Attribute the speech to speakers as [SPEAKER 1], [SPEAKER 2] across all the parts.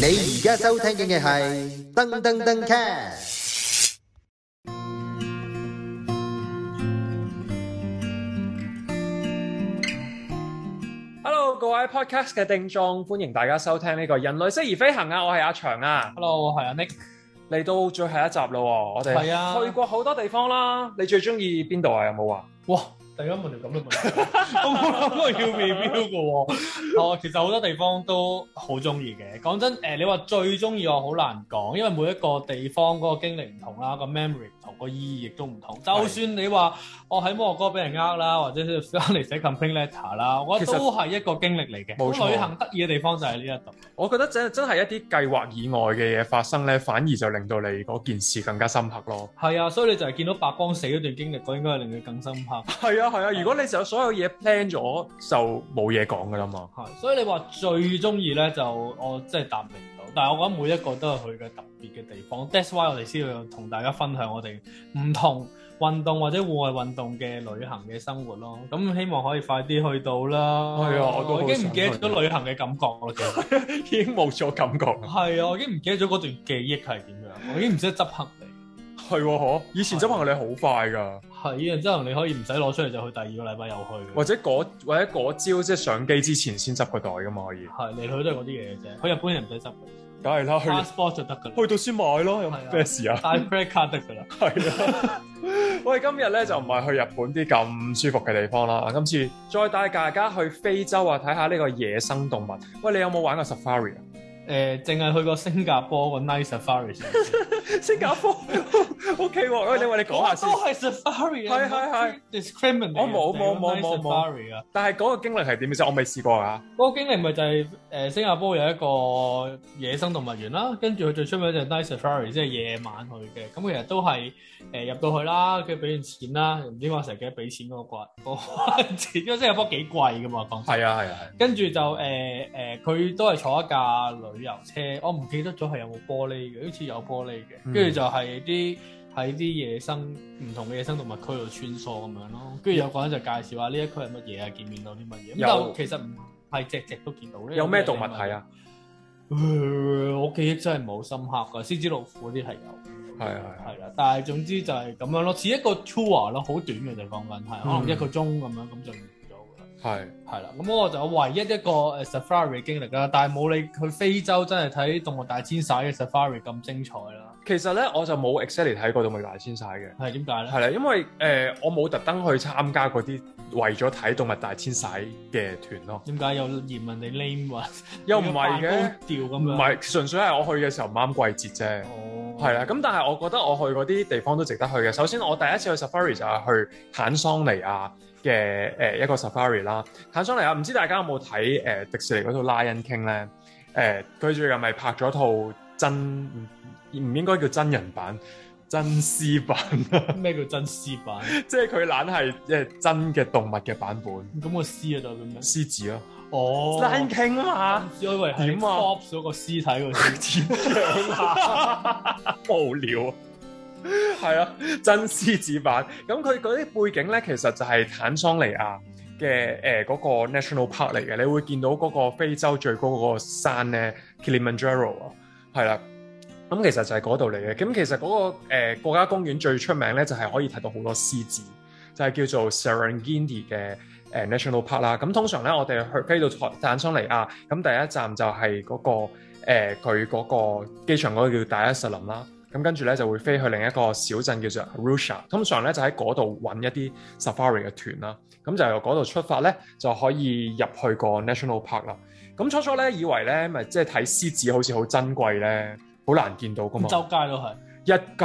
[SPEAKER 1] 你而家收聽嘅係噔噔噔 cast。
[SPEAKER 2] Hello，各位 Podcast 嘅定眾，歡迎大家收聽呢個人類適宜飛行啊！我係阿長啊，
[SPEAKER 3] Hello，我係阿 Nick。
[SPEAKER 2] 嚟到最後一集咯喎，我
[SPEAKER 3] 係啊
[SPEAKER 2] 哋去過好多地方啦。你最中意邊度啊？有冇啊？
[SPEAKER 3] 哇！突然間問條咁嘅問題， 我冇諗過要 review 嘅喎。哦，其實好多地方都好中意嘅。講真，誒、你話最中意我好難講，因為每一個地方嗰個經歷唔同啦，個 memory 唔同，個意義亦都唔同。就算你話我喺摩洛哥俾人呃啦，或者翻嚟寫 complaint letter 啦，我覺
[SPEAKER 2] 其實
[SPEAKER 3] 得都係一個經歷嚟嘅。
[SPEAKER 2] 冇錯
[SPEAKER 3] 旅行得意嘅地方就係呢一度。
[SPEAKER 2] 我覺得真真係一啲計劃以外嘅嘢發生咧，反而就令到你嗰件事更加深刻咯。
[SPEAKER 3] 係啊，所以你就係見到白光死嗰段經歷，嗰應該係令佢更深刻。
[SPEAKER 2] 係啊係啊，如果你就所有嘢 plan 咗，就冇嘢講噶啦嘛。
[SPEAKER 3] 係，所以你話最中意咧就我真係答你唔到，但係我覺得每一個都有佢嘅特別嘅地方。That's why 我哋先要同大家分享我哋唔同運動或者戶外運動嘅旅行嘅生活咯。咁希望可以快啲去到啦。
[SPEAKER 2] 係啊我都好
[SPEAKER 3] 已經唔記得
[SPEAKER 2] 想去
[SPEAKER 3] 咗旅行嘅感覺咯。其 實
[SPEAKER 2] 已經冇咗感覺啦。
[SPEAKER 3] 係啊，我已經唔記得咗嗰段記憶係點樣，我已經唔識得執行李。
[SPEAKER 2] 係喎，嗬！以前執行李好快㗎，
[SPEAKER 3] 係啊，之後你可以唔使攞出嚟就去第二個禮拜又去。
[SPEAKER 2] 或者嗰或者嗰朝即係上機之前先執個袋㗎嘛，可以。
[SPEAKER 3] 係嚟去都係嗰啲嘢啫，去日本人唔使執嘅
[SPEAKER 2] 梗係啦，去
[SPEAKER 3] ，passport 就得㗎啦，
[SPEAKER 2] 去到先買咯，有
[SPEAKER 3] 係啊
[SPEAKER 2] 咩事啊？
[SPEAKER 3] 帶 credit card 得㗎啦。
[SPEAKER 2] 係啊！我哋今日咧就唔係去日本啲咁舒服嘅地方啦，今次再帶大家去非洲啊，睇下呢個野生動物。喂，你有冇玩過 safari 啊？
[SPEAKER 3] 誒，呃淨係去過新加坡個 Night Safari 先。
[SPEAKER 2] 新加 坡 OK 喎，喂，你喂你 講下先
[SPEAKER 3] 我。都係 Safari 啊！
[SPEAKER 2] 係係係
[SPEAKER 3] discriminate
[SPEAKER 2] 我冇冇冇冇冇
[SPEAKER 3] Safari 啊！
[SPEAKER 2] 但係嗰個經歷係點嘅啫？我未試過啊。
[SPEAKER 3] 嗰個經歷咪就係誒新加坡有一個野生動物園啦，跟住佢最出名就係 Night Safari，即係夜晚去嘅。咁其實都係呃誒入到去啦，跟住俾完錢啦，唔知點解我成日記得俾錢嗰個關嗰個關節，因為新加坡幾貴噶嘛，講真
[SPEAKER 2] 係啊係啊
[SPEAKER 3] 跟住就誒誒，佢、都係坐一架旅遊車，我唔記得咗係有冇玻璃嘅，好似有玻璃
[SPEAKER 2] 嗯
[SPEAKER 3] 嘅。跟住就係啲喺啲野生唔同嘅野生動物區度穿梭咁樣咯。跟住有個人就介紹下呢一區係乜嘢啊，見面到啲乜嘢。咁
[SPEAKER 2] 有
[SPEAKER 3] 就其實唔係隻隻都見到
[SPEAKER 2] 係。
[SPEAKER 3] 咧。
[SPEAKER 2] 有咩動物
[SPEAKER 3] 係
[SPEAKER 2] 睇？啊？
[SPEAKER 3] 呃我記憶真係冇深刻㗎，獅子老虎嗰啲係有，
[SPEAKER 2] 係啊係係。
[SPEAKER 3] 係啦。但係總之就係咁樣咯，似一個 tour 咯，好短嘅就講緊係，
[SPEAKER 2] 嗯
[SPEAKER 3] 可能一個鐘咁樣咁就完咗㗎啦。
[SPEAKER 2] 係
[SPEAKER 3] 係啦，咁我就唯一一個誒 safari 嘅經歷啦，但係冇你去非洲真係睇動物大遷徙嘅 safari 咁精彩啦。
[SPEAKER 2] 其實咧我就冇 exactly 睇過動物大遷徙嘅。
[SPEAKER 3] 係點解咧？
[SPEAKER 2] 係啦，因為誒、呃我冇特登去參加嗰啲為咗睇動物大遷徙嘅團咯，
[SPEAKER 3] 點解有嫌人哋 lame 啊？
[SPEAKER 2] 又唔係嘅，
[SPEAKER 3] 調咁
[SPEAKER 2] 唔
[SPEAKER 3] 樣。
[SPEAKER 2] 係純粹係我去嘅時候唔啱季節啫。
[SPEAKER 3] 哦，
[SPEAKER 2] 係啦，咁但係我覺得我去嗰啲地方都值得去嘅。首先我第一次去 safari 就係去坦桑尼亞嘅誒一個 safari 啦。坦桑尼亞唔知大家有冇睇誒迪士尼嗰套《Lion King》咧？誒、佢最近咪拍咗套真唔唔應該叫真人版，真絲版，啊
[SPEAKER 3] 咩叫真獅版？
[SPEAKER 2] 即係佢懶係即係真嘅動物嘅版本。
[SPEAKER 3] 咁個獅啊代表咩？
[SPEAKER 2] 獅子咯
[SPEAKER 3] 哦，
[SPEAKER 2] ，Lion King 啊嘛，
[SPEAKER 3] 我以為係
[SPEAKER 2] 點啊啊
[SPEAKER 3] top 咗個屍體個獅。
[SPEAKER 2] 無聊啊，係啊，真獅子版。咁佢嗰啲背景咧，其實就係坦桑尼亞嘅誒嗰個 national park 嚟嘅，你會見到嗰個非洲最高嗰個山咧 Kilimanjaro 啊，係啦。咁其實就係嗰度嚟嘅。咁其實嗰、個誒、呃、國家公園最出名咧，就係、可以睇到好多獅子，就係、叫做 Serengeti 嘅。誒 national park 啦，咁通常咧，我哋去飛到坦坦桑尼亞，咁第一站就係嗰、個誒佢嗰個機場嗰個叫大一實林啦，咁跟住咧就會飛去另一個小鎮叫做 Arusha，通常咧就喺嗰度揾一啲 safari 嘅團啦，咁就由嗰度出發咧就可以入去個 national park 啦。咁初初咧以為咧咪即係睇獅子好似好珍貴咧，好難見到噶嘛
[SPEAKER 3] 咁，周街都係，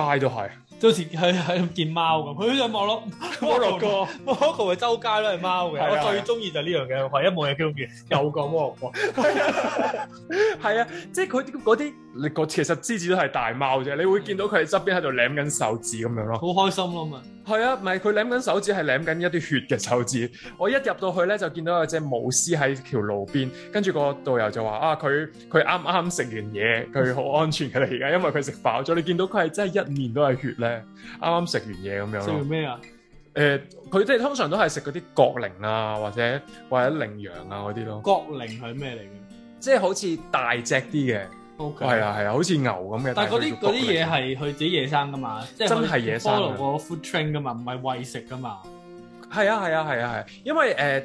[SPEAKER 2] 一街都係。
[SPEAKER 3] 都好似喺喺度見貓咁。佢就 望落
[SPEAKER 2] 摩洛哥，
[SPEAKER 3] 摩洛哥係周街都係貓
[SPEAKER 2] 係啊係
[SPEAKER 3] 嘅。
[SPEAKER 2] 啊
[SPEAKER 3] 我最中意就係呢樣嘢，唯一冇嘢中意有個摩洛哥。
[SPEAKER 2] 係啊，即係佢啲嗰啲，你個其實獅子都係大貓啫，你會見到佢喺側邊喺度舐緊手指咁樣咯。
[SPEAKER 3] 好開心咯嘛！
[SPEAKER 2] 係啊，唔係佢舐緊手指係舐緊一啲血嘅手指。 我一入到去咧，就見到有隻母獅喺條路邊，跟住個導遊就話啊，佢佢啱啱食完嘢，佢好安全嘅啦而家，因為佢食飽咗。你見到佢係真係一面都係血咧，啱啱食完嘢咁樣
[SPEAKER 3] 食完
[SPEAKER 2] 咯。
[SPEAKER 3] 咩啊？
[SPEAKER 2] 誒，佢哋通常都係食嗰啲角羚啊，或者或者羚羊啊嗰啲咯，
[SPEAKER 3] 角羚係咩嚟嘅？
[SPEAKER 2] 即係好似大隻啲嘅。
[SPEAKER 3] O K，
[SPEAKER 2] 係啊係啊，好似牛咁嘅。
[SPEAKER 3] 但係嗰啲
[SPEAKER 2] 佢
[SPEAKER 3] 嗰啲嘢
[SPEAKER 2] 叫
[SPEAKER 3] 係佢自己野生噶嘛，即係
[SPEAKER 2] 真係野生㗎啊
[SPEAKER 3] follow 個 food train 噶嘛，唔係餵食噶嘛。
[SPEAKER 2] 係啊係啊係啊係啊，因為誒、呃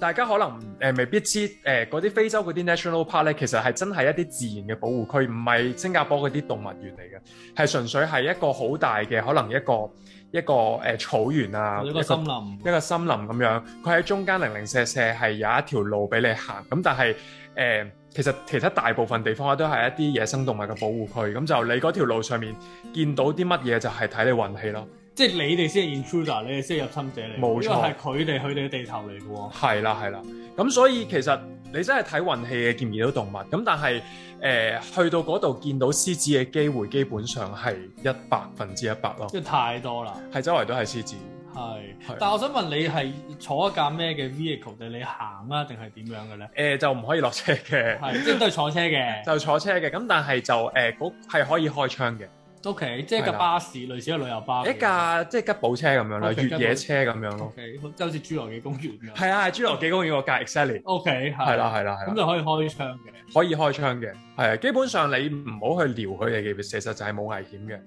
[SPEAKER 2] 大家可能誒、呃未必知誒嗰啲非洲嗰啲 national park 咧，其實係真係一啲自然嘅保護區，唔係新加坡嗰啲動物園嚟嘅，係純粹係一個好大嘅可能一個一個誒、呃草原啊，
[SPEAKER 3] 或者個森林
[SPEAKER 2] 一個森林咁樣，佢喺中間零零舍舍係有一條路俾你行，咁但係誒、呃其實其他大部分地方咧都係一啲野生動物嘅保護區，咁就你嗰條路上面見到啲乜嘢就係睇你運氣咯，
[SPEAKER 3] 即係你哋先係 intruder，你哋先係入侵者嚟，
[SPEAKER 2] 冇錯
[SPEAKER 3] 因為係佢哋佢哋嘅地頭嚟嘅喎。
[SPEAKER 2] 係啦係啦，咁所以其實你真係睇運氣嘅見唔見到動物，咁但係誒、呃去到嗰度見到獅子嘅機會基本上係一百分之一百咯，
[SPEAKER 3] 即係太多啦，
[SPEAKER 2] 係周圍都係獅子。
[SPEAKER 3] 係
[SPEAKER 2] 係。啊
[SPEAKER 3] 但係我想問你係坐一架咩嘅 vehicle 定你行啊，定係點樣嘅咧？
[SPEAKER 2] 誒、呃就唔可以落車嘅，
[SPEAKER 3] 係即係都係坐 車嘅。
[SPEAKER 2] 就坐車嘅，咁但係就誒嗰係可以開槍嘅。
[SPEAKER 3] O K，即係
[SPEAKER 2] 係
[SPEAKER 3] 架
[SPEAKER 2] 啦
[SPEAKER 3] 巴士，類似一個旅遊巴嚟嘅。
[SPEAKER 2] 一架即係吉普車咁樣啦，
[SPEAKER 3] OK，
[SPEAKER 2] 越野車咁樣
[SPEAKER 3] O
[SPEAKER 2] 咯。
[SPEAKER 3] K，即係好似侏羅紀公園咁。
[SPEAKER 2] 係啊，係侏羅紀公園個架 exactly。
[SPEAKER 3] O K，
[SPEAKER 2] 係啊
[SPEAKER 3] 係
[SPEAKER 2] 啦，。係啦，係
[SPEAKER 3] 咁
[SPEAKER 2] 啦，
[SPEAKER 3] 就可以開槍嘅。
[SPEAKER 2] 可以開槍嘅。係啊，基本上你唔好去撩佢哋嘅，其實就係冇危險嘅。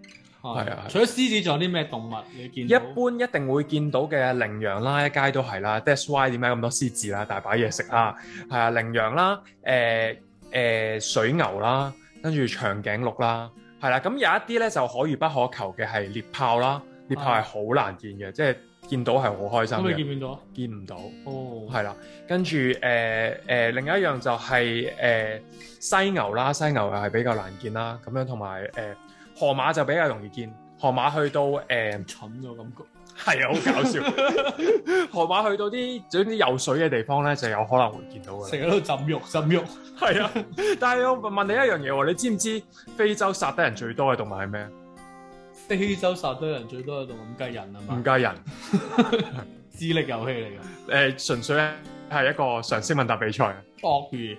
[SPEAKER 2] 係啊係
[SPEAKER 3] 除咗獅子，仲有啲咩動物你見
[SPEAKER 2] 一
[SPEAKER 3] 到？
[SPEAKER 2] 般一定會見到嘅羚羊啦，一街都係啦。That's why 點解咁多獅子啦，大把嘢食啦。係啊，羚羊啦，誒誒水牛啦，跟住長頸鹿啦，係啦。咁有一啲咧就可遇不可求嘅係獵豹啦，獵豹係好難見嘅，即係見到係好開心
[SPEAKER 3] 啊咁你
[SPEAKER 2] 嘅，
[SPEAKER 3] 見唔見到啊？
[SPEAKER 2] 見唔到。
[SPEAKER 3] 哦，
[SPEAKER 2] 係啦，跟住誒誒另一樣就係、誒、犀牛啦，犀牛又係比較難見啦，咁樣同埋誒河馬就比較容易見，河馬去到誒
[SPEAKER 3] 蠢咗感覺。
[SPEAKER 2] 係啊，好搞笑， 河馬去到啲總之有水嘅地方咧，就有可能會見到嘅
[SPEAKER 3] 成。日都浸肉浸肉，
[SPEAKER 2] 係啊，但係我問你一樣嘢喎，你知唔知非洲殺得人最多嘅動物係咩？
[SPEAKER 3] 非洲殺得人最多喺度咁計人啊
[SPEAKER 2] 唔
[SPEAKER 3] 嘛，
[SPEAKER 2] 計人，
[SPEAKER 3] 智力遊戲嚟嘅。
[SPEAKER 2] 誒、純粹係一個常識問答比賽，
[SPEAKER 3] 鱷魚，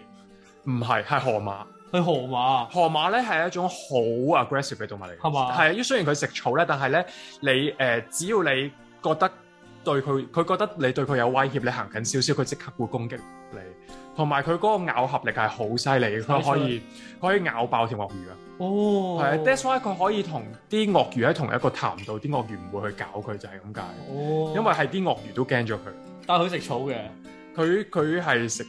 [SPEAKER 2] 唔係係河馬。
[SPEAKER 3] 佢河馬，
[SPEAKER 2] 河馬咧係一種好 aggressive 嘅動物嚟嘅，
[SPEAKER 3] 係嘛
[SPEAKER 2] 係啊，雖然佢食草咧，但係咧你誒、呃只要你覺得對佢，佢覺得你對佢有威脅，你行近少少，佢即刻會攻擊你。同埋佢嗰個咬合力係好犀利，佢可以佢可以咬爆條鱷魚啊！
[SPEAKER 3] 哦，
[SPEAKER 2] 係啊，that's why 佢可以同啲鱷魚喺同一個潭度，啲鱷魚唔會去搞佢，就係咁解。
[SPEAKER 3] 哦，
[SPEAKER 2] 因為係啲鱷魚都驚咗佢。
[SPEAKER 3] 但係佢食草嘅，
[SPEAKER 2] 佢佢係食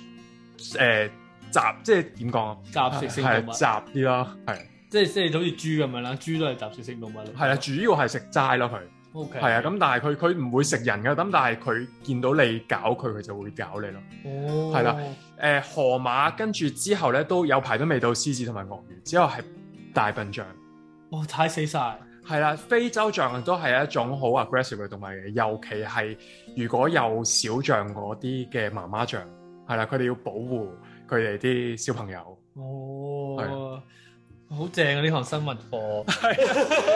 [SPEAKER 2] 誒雜，即係點講啊？
[SPEAKER 3] 雜食性
[SPEAKER 2] 係
[SPEAKER 3] 動物，
[SPEAKER 2] 雜啲啦，係
[SPEAKER 3] 即係即係好似豬咁樣啦，豬都係雜食性動物嚟。
[SPEAKER 2] 係啊，主要係食齋咯佢。
[SPEAKER 3] ，O K，
[SPEAKER 2] 係啊，咁但係佢佢唔會食人㗎，咁但係佢見到你搞佢，佢就會搞你咯。
[SPEAKER 3] 哦，
[SPEAKER 2] 係啦，誒、河馬跟住之後咧，都有排都未到獅子同埋鱷魚，之後係大笨象。
[SPEAKER 3] 哇，踩哦死晒，
[SPEAKER 2] 係啦，非洲象都係一種好啊 aggressive 嘅動物嚟嘅，尤其係如果有小象嗰啲嘅媽媽象，係啦，佢哋要保護佢哋啲小朋友。
[SPEAKER 3] 哦，好正啊！呢項生物課，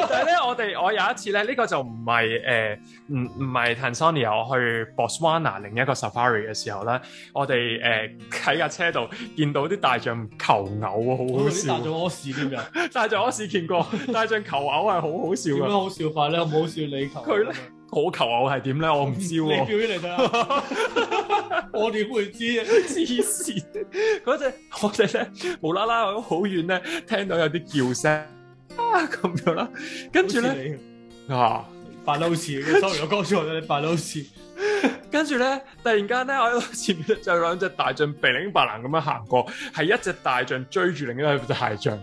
[SPEAKER 2] 但係咧，我哋我有一次咧，呢、個就唔係誒，唔唔係 Tanzania，我去 Botswana 另一個 safari 嘅時候咧，我哋誒喺架車度見到啲大象求偶喎，好好
[SPEAKER 3] 我啲
[SPEAKER 2] 笑
[SPEAKER 3] 大咗。屙屎添㗎，
[SPEAKER 2] 大象我試見 過，大象求偶係好好笑啊
[SPEAKER 3] 點樣
[SPEAKER 2] 㗎。
[SPEAKER 3] 好笑法咧？好唔好笑你求？
[SPEAKER 2] 佢呢我求偶係點咧？我唔知
[SPEAKER 3] 啊你表
[SPEAKER 2] 喎。
[SPEAKER 3] 演嚟睇下， 我點會知啊？
[SPEAKER 2] 黐線！嗰隻我哋咧無啦啦喺好遠咧聽到有啲叫聲啊咁樣啦，跟住咧
[SPEAKER 3] 咧，
[SPEAKER 2] 啊〜
[SPEAKER 3] 扮得好似，sorry，我講錯咗，你扮得好似，
[SPEAKER 2] 跟住咧，突然間咧，我喺我前面就有兩隻大象鼻鈴白蘭咁樣行過，係一隻大象追住另一隻大象，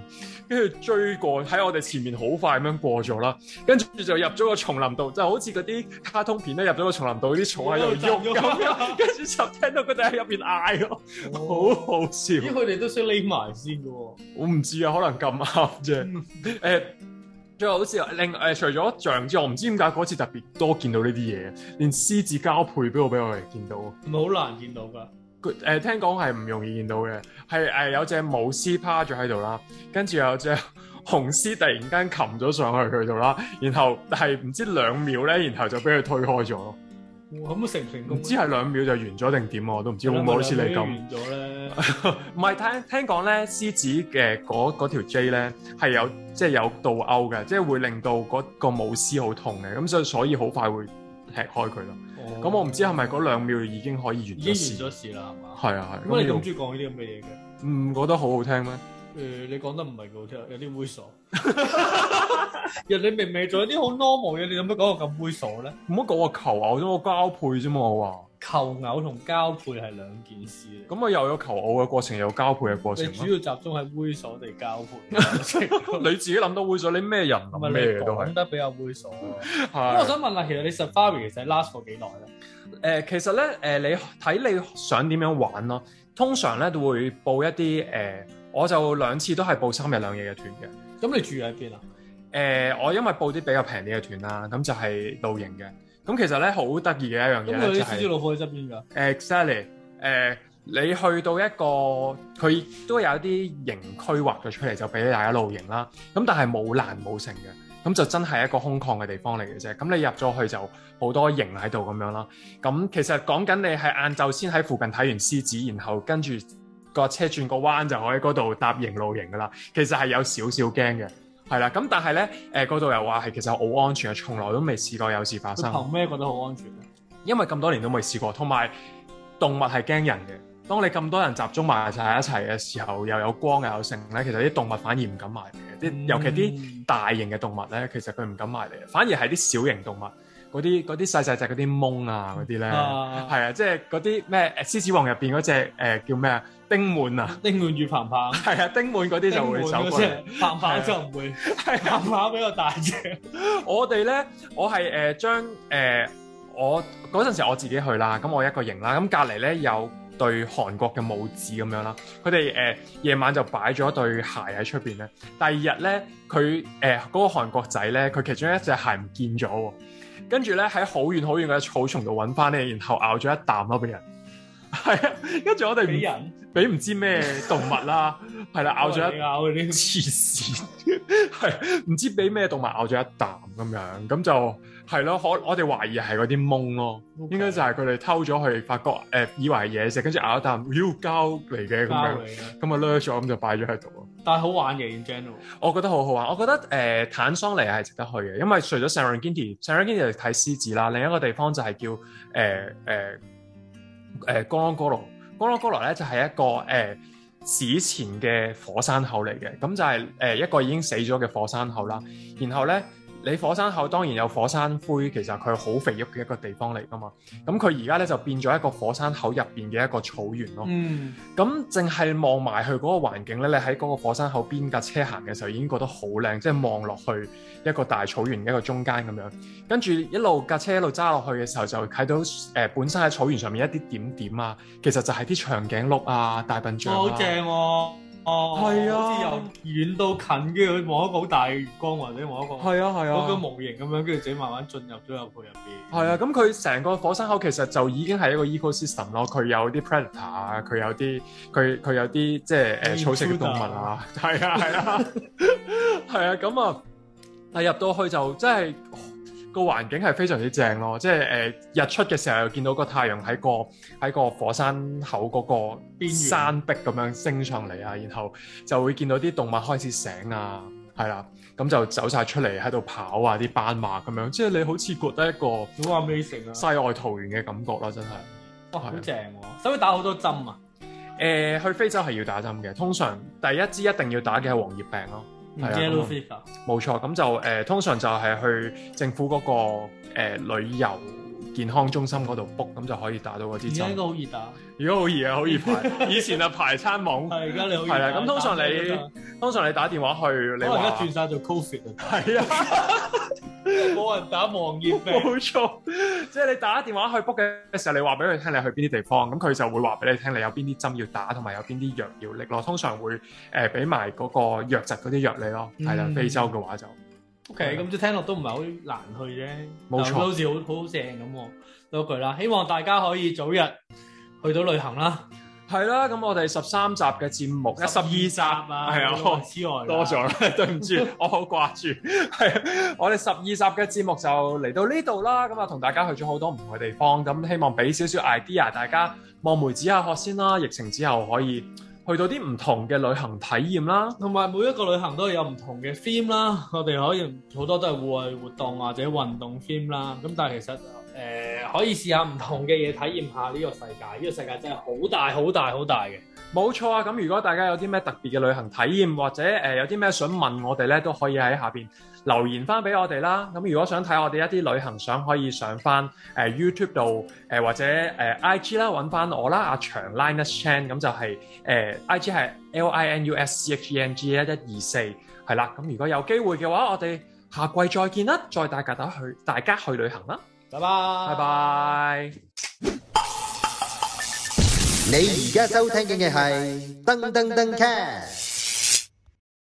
[SPEAKER 2] 跟住追過喺我哋前面好快咁樣過咗啦，跟住就入咗個叢林度，就好似嗰啲卡通片咧入咗個叢林度啲草喺度喐咁樣，跟住就聽到佢哋喺入邊嗌咯，好
[SPEAKER 3] 好，
[SPEAKER 2] 好笑。
[SPEAKER 3] 咦？佢哋都識匿埋先嘅喎。
[SPEAKER 2] 我唔知啊，可能咁啱
[SPEAKER 3] 嗯
[SPEAKER 2] 啫。誒，最後好似另誒，除咗象之外，我唔知點解嗰次特別多見到呢啲嘢，連獅子交配俾我俾我哋見到。
[SPEAKER 3] 唔係好難見到噶，
[SPEAKER 2] 佢誒聽講係唔容易見到嘅，係誒有隻母獅趴咗喺度啦，跟住有隻紅獅突然間擒咗上去佢度啦，然後係唔知兩秒咧，然後就俾佢推開咗咯，
[SPEAKER 3] 咁咪成唔成
[SPEAKER 2] 唔
[SPEAKER 3] 功？啊
[SPEAKER 2] 知係兩秒就完咗定點啊我都唔知會唔會好似你咁。
[SPEAKER 3] 完咗 咧，
[SPEAKER 2] 唔係聽聽講咧，獅子嘅嗰嗰條 J 咧係有即係有倒鈎嘅，即係會令到嗰個母獅好痛嘅，咁所以所以好快會踢開佢咯。咁、我唔知係咪嗰兩秒已經可以
[SPEAKER 3] 哦已
[SPEAKER 2] 完
[SPEAKER 3] 經
[SPEAKER 2] 咗事
[SPEAKER 3] 完咗事啦，係嘛？
[SPEAKER 2] 係啊係。
[SPEAKER 3] 咁你咁
[SPEAKER 2] 要
[SPEAKER 3] 中意講呢啲咁嘅嘢嘅？
[SPEAKER 2] 唔覺得好好聽咩？
[SPEAKER 3] 誒，你講得唔係幾好聽，有啲猥瑣。 人哋明明做一啲好 normal 嘢，你做乜講到咁猥瑣咧？
[SPEAKER 2] 唔好講我求偶啫，我交配啫嘛，我話。
[SPEAKER 3] 求偶同交配係兩件事嚟。
[SPEAKER 2] 咁啊，又有求偶嘅過程，又有交配嘅過
[SPEAKER 3] 你
[SPEAKER 2] 程
[SPEAKER 3] 主
[SPEAKER 2] 咯。
[SPEAKER 3] 要集中喺猥瑣地交 配，
[SPEAKER 2] 你自己諗到猥瑣，你咩人
[SPEAKER 3] 咁啊
[SPEAKER 2] 諗
[SPEAKER 3] 你
[SPEAKER 2] 咩嘅都
[SPEAKER 3] 講
[SPEAKER 2] 係。
[SPEAKER 3] 得比較猥瑣。咁我
[SPEAKER 2] 係
[SPEAKER 3] 想問下，其實你 Safari 其實 last 咗幾耐咧？
[SPEAKER 2] 誒，其實咧誒、你睇你想點樣玩咯。通常咧都會報一啲誒、我就兩次都係報三日兩夜嘅團嘅。
[SPEAKER 3] 咁你住喺邊啊？
[SPEAKER 2] 誒、我因為報啲比較平啲嘅團啦，咁就係露營嘅。咁其實咧好得意嘅一樣
[SPEAKER 3] 咁
[SPEAKER 2] 嘢
[SPEAKER 3] 佢
[SPEAKER 2] 咧，就
[SPEAKER 3] 啲
[SPEAKER 2] 係、啊
[SPEAKER 3] 獅子老虎喺側邊㗎。
[SPEAKER 2] exactly 誒、你去到一個佢都有啲營區劃咗出嚟，就俾大家露營啦。咁但係冇欄冇城嘅，咁就真係一個空曠嘅地方嚟嘅啫。咁你入咗去就好多營喺度咁樣啦。咁其實講緊你係晏晝先喺附近睇完獅子，然後跟住個車轉個彎就可以喺嗰度搭營露營噶啦。其實係有少少驚嘅。係啦，咁但係咧，誒嗰度又話係其實好安全嘅，從來都未試過有事發
[SPEAKER 3] 佢
[SPEAKER 2] 生。
[SPEAKER 3] 憑咩覺得好安全啊咧？
[SPEAKER 2] 因為咁多年都未試過，同埋動物係驚人嘅。當你咁多人集中埋晒一齊嘅時候，又有光又有剩咧，其實啲動物反而唔敢埋嚟嘅。
[SPEAKER 3] 嗯
[SPEAKER 2] 啲尤其啲
[SPEAKER 3] 啲
[SPEAKER 2] 大型嘅動物咧，其實佢唔敢埋嚟，反而係啲小型動物，嗰啲嗰啲細細隻嗰啲獴啊嗰啲咧，係
[SPEAKER 3] 啊，
[SPEAKER 2] 啊，即係嗰啲咩誒獅子王入邊嗰只誒叫咩啊丁滿啊，
[SPEAKER 3] 丁滿與彭彭，
[SPEAKER 2] 係啊丁滿嗰啲就會
[SPEAKER 3] 丁
[SPEAKER 2] 走
[SPEAKER 3] 滿嗰
[SPEAKER 2] 過嚟。
[SPEAKER 3] 隻彭彭就唔會，
[SPEAKER 2] 係啊
[SPEAKER 3] 彭彭比較大隻。
[SPEAKER 2] 我哋咧，我係誒、呃、將誒、呃我嗰陣時我自己去啦，咁我一個營啦，咁隔離咧有對韓國嘅母子咁樣啦，佢哋誒夜晚就擺咗對鞋喺出邊咧，第二日咧佢誒嗰個韓國仔咧，佢其中一隻鞋唔見咗喎，跟住咧喺好遠好遠嘅草叢度揾翻咧，然後咬咗一啖咯俾人，係啊，跟住我哋
[SPEAKER 3] 俾
[SPEAKER 2] 唔
[SPEAKER 3] 人
[SPEAKER 2] 俾唔知咩動物啦，係啦咬咗一
[SPEAKER 3] 你咬嗰啲。
[SPEAKER 2] 黐線，係唔知俾咩動物咬咗一啖咁樣，咁就係咯。可我哋懷疑係嗰啲獴咯， 應該就係佢哋偷咗去，發覺誒、呃以為係嘢食，跟住咬一啖，妖膠嚟嘅咁
[SPEAKER 3] 交
[SPEAKER 2] 樣，
[SPEAKER 3] 嚟嘅，
[SPEAKER 2] 咁啊掠咗，咁就擺咗喺度咯。
[SPEAKER 3] 但係好玩嘅 in general。
[SPEAKER 2] 我覺得好好玩，我覺得誒、呃坦桑尼亞係值得去嘅，因為除咗 Serengeti，Serengeti 就睇獅子啦，另一個地方就係叫誒呃誒誒哥朗哥羅，哥朗哥羅咧就係、一個誒、呃史前嘅火山口嚟嘅，咁就係、呃一個已經死咗嘅火山口啦。然後咧，你火山口當然有火山灰，其實佢好肥沃嘅一個地方嚟噶嘛。咁佢而家咧就變咗一個火山口入邊嘅一個草原咯。
[SPEAKER 3] 嗯，
[SPEAKER 2] 咁淨係望埋去嗰個環境咧，你喺嗰個火山口邊架車行嘅時候已經覺得好靚，即係望落去一個大草原一個中間咁樣，跟住一路架車一路揸落去嘅時候就睇到誒、呃本身喺草原上面一啲點點啊，其實就係啲長頸鹿啊、大笨象
[SPEAKER 3] 好
[SPEAKER 2] 啊，
[SPEAKER 3] 正喎。哦，
[SPEAKER 2] 係啊
[SPEAKER 3] 好似由遠到近，跟住佢望一個好大嘅月光，或者望一個
[SPEAKER 2] 係啊係
[SPEAKER 3] 嗰個
[SPEAKER 2] 啊。
[SPEAKER 3] 模型咁樣，跟住自己慢慢進入咗入去入邊。
[SPEAKER 2] 係啊，咁佢成個火山口其實就已經係一個 ecosystem 咯，佢有啲 predator 啊，佢有啲佢佢有啲即係誒
[SPEAKER 3] Intruder
[SPEAKER 2] 草食嘅動物啊， 係啊係啊係啊，咁啊，但入到去就真係哦個環境係非常之正咯，即係誒、呃日出嘅時候又見到個太陽喺個喺個火山口嗰個
[SPEAKER 3] 邊緣
[SPEAKER 2] 山壁咁樣升上嚟啊，然後就會見到啲動物開始醒啊，係啦、咁就走晒出嚟喺度跑啊，啲斑馬咁樣，即係你好似覺得一個。
[SPEAKER 3] 好 amazing 啊！
[SPEAKER 2] 世外桃源嘅感覺啦，真係。
[SPEAKER 3] 哇，好正喎！使唔使打好多針啊？
[SPEAKER 2] 誒、去非洲係要打針嘅，通常第一支一定要打嘅係黃熱病咯，
[SPEAKER 3] 唔
[SPEAKER 2] 係啊咁
[SPEAKER 3] yellow
[SPEAKER 2] 啊
[SPEAKER 3] fever。
[SPEAKER 2] 冇錯。咁就誒、通常就係去政府嗰、個、呃、旅遊健康中心嗰度 book，咁就可以打到嗰
[SPEAKER 3] 而
[SPEAKER 2] 支
[SPEAKER 3] 家應該
[SPEAKER 2] 針。
[SPEAKER 3] 好易打，
[SPEAKER 2] 而家好易啊，好易排。以前啊排餐網，
[SPEAKER 3] 係而家你好易打。
[SPEAKER 2] 係啦咁通常你
[SPEAKER 3] 打咗針
[SPEAKER 2] 通常你打電話去，你
[SPEAKER 3] 可能而家
[SPEAKER 2] 話
[SPEAKER 3] 轉晒 做 covid 啊，
[SPEAKER 2] 係啊。
[SPEAKER 3] 冇人打黃熱病。
[SPEAKER 2] 冇錯，即係你打電話去 book 嘅時候，你話俾佢聽你去邊啲地方，咁佢就會話俾你聽你有邊啲針要打，同埋有邊啲藥要拎咯。通常會誒俾埋嗰個藥疾嗰啲藥你咯，係啦、
[SPEAKER 3] 嗯
[SPEAKER 2] 非洲嘅話就
[SPEAKER 3] OK，咁即係聽落都唔係好難去啫，
[SPEAKER 2] 冇錯
[SPEAKER 3] 但好似好好正咁喎。多句啦，希望大家可以早日去到旅行啦。
[SPEAKER 2] 係啦。咁我哋十三集嘅節目，十二集
[SPEAKER 3] 啊，
[SPEAKER 2] 係啊，我
[SPEAKER 3] 之外
[SPEAKER 2] 多咗啦， 對唔住，我好掛住。係，啊我哋十二集嘅節目就嚟到呢度啦。咁啊，同大家去咗好多唔同嘅地方，咁希望俾少少 idea，大家望梅止下渴先啦。疫情之後可以去到啲唔同嘅旅行體驗啦。
[SPEAKER 3] 同埋每一個旅行都有唔同嘅 theme 啦，我哋可以好多都係戶外活動或者運動 theme 啦。咁但係其實誒、呃可以試下唔同嘅嘢，體驗下呢個世界。呢、個世界真係好大、好大、好大嘅。
[SPEAKER 2] 冇錯啊！咁如果大家有啲咩特別嘅旅行體驗，或者誒、呃有啲咩想問我哋咧，都可以喺下邊留言翻俾我哋啦。咁如果想睇我哋一啲旅行相，可以上翻誒、呃 YouTube 度誒、呃或者誒、呃 IG 啦，揾翻我啦，阿長 Linus Chan 咁就係、呃 IG 係 L I N U S C H E N G 一一二四係啦。咁如果有機會嘅話，我哋下季再見啦，再帶大家去大家去旅行啦，
[SPEAKER 3] 拜拜，
[SPEAKER 2] 拜
[SPEAKER 3] 拜
[SPEAKER 2] 拜。
[SPEAKER 1] 你而家收聽嘅係噔噔噔 cast。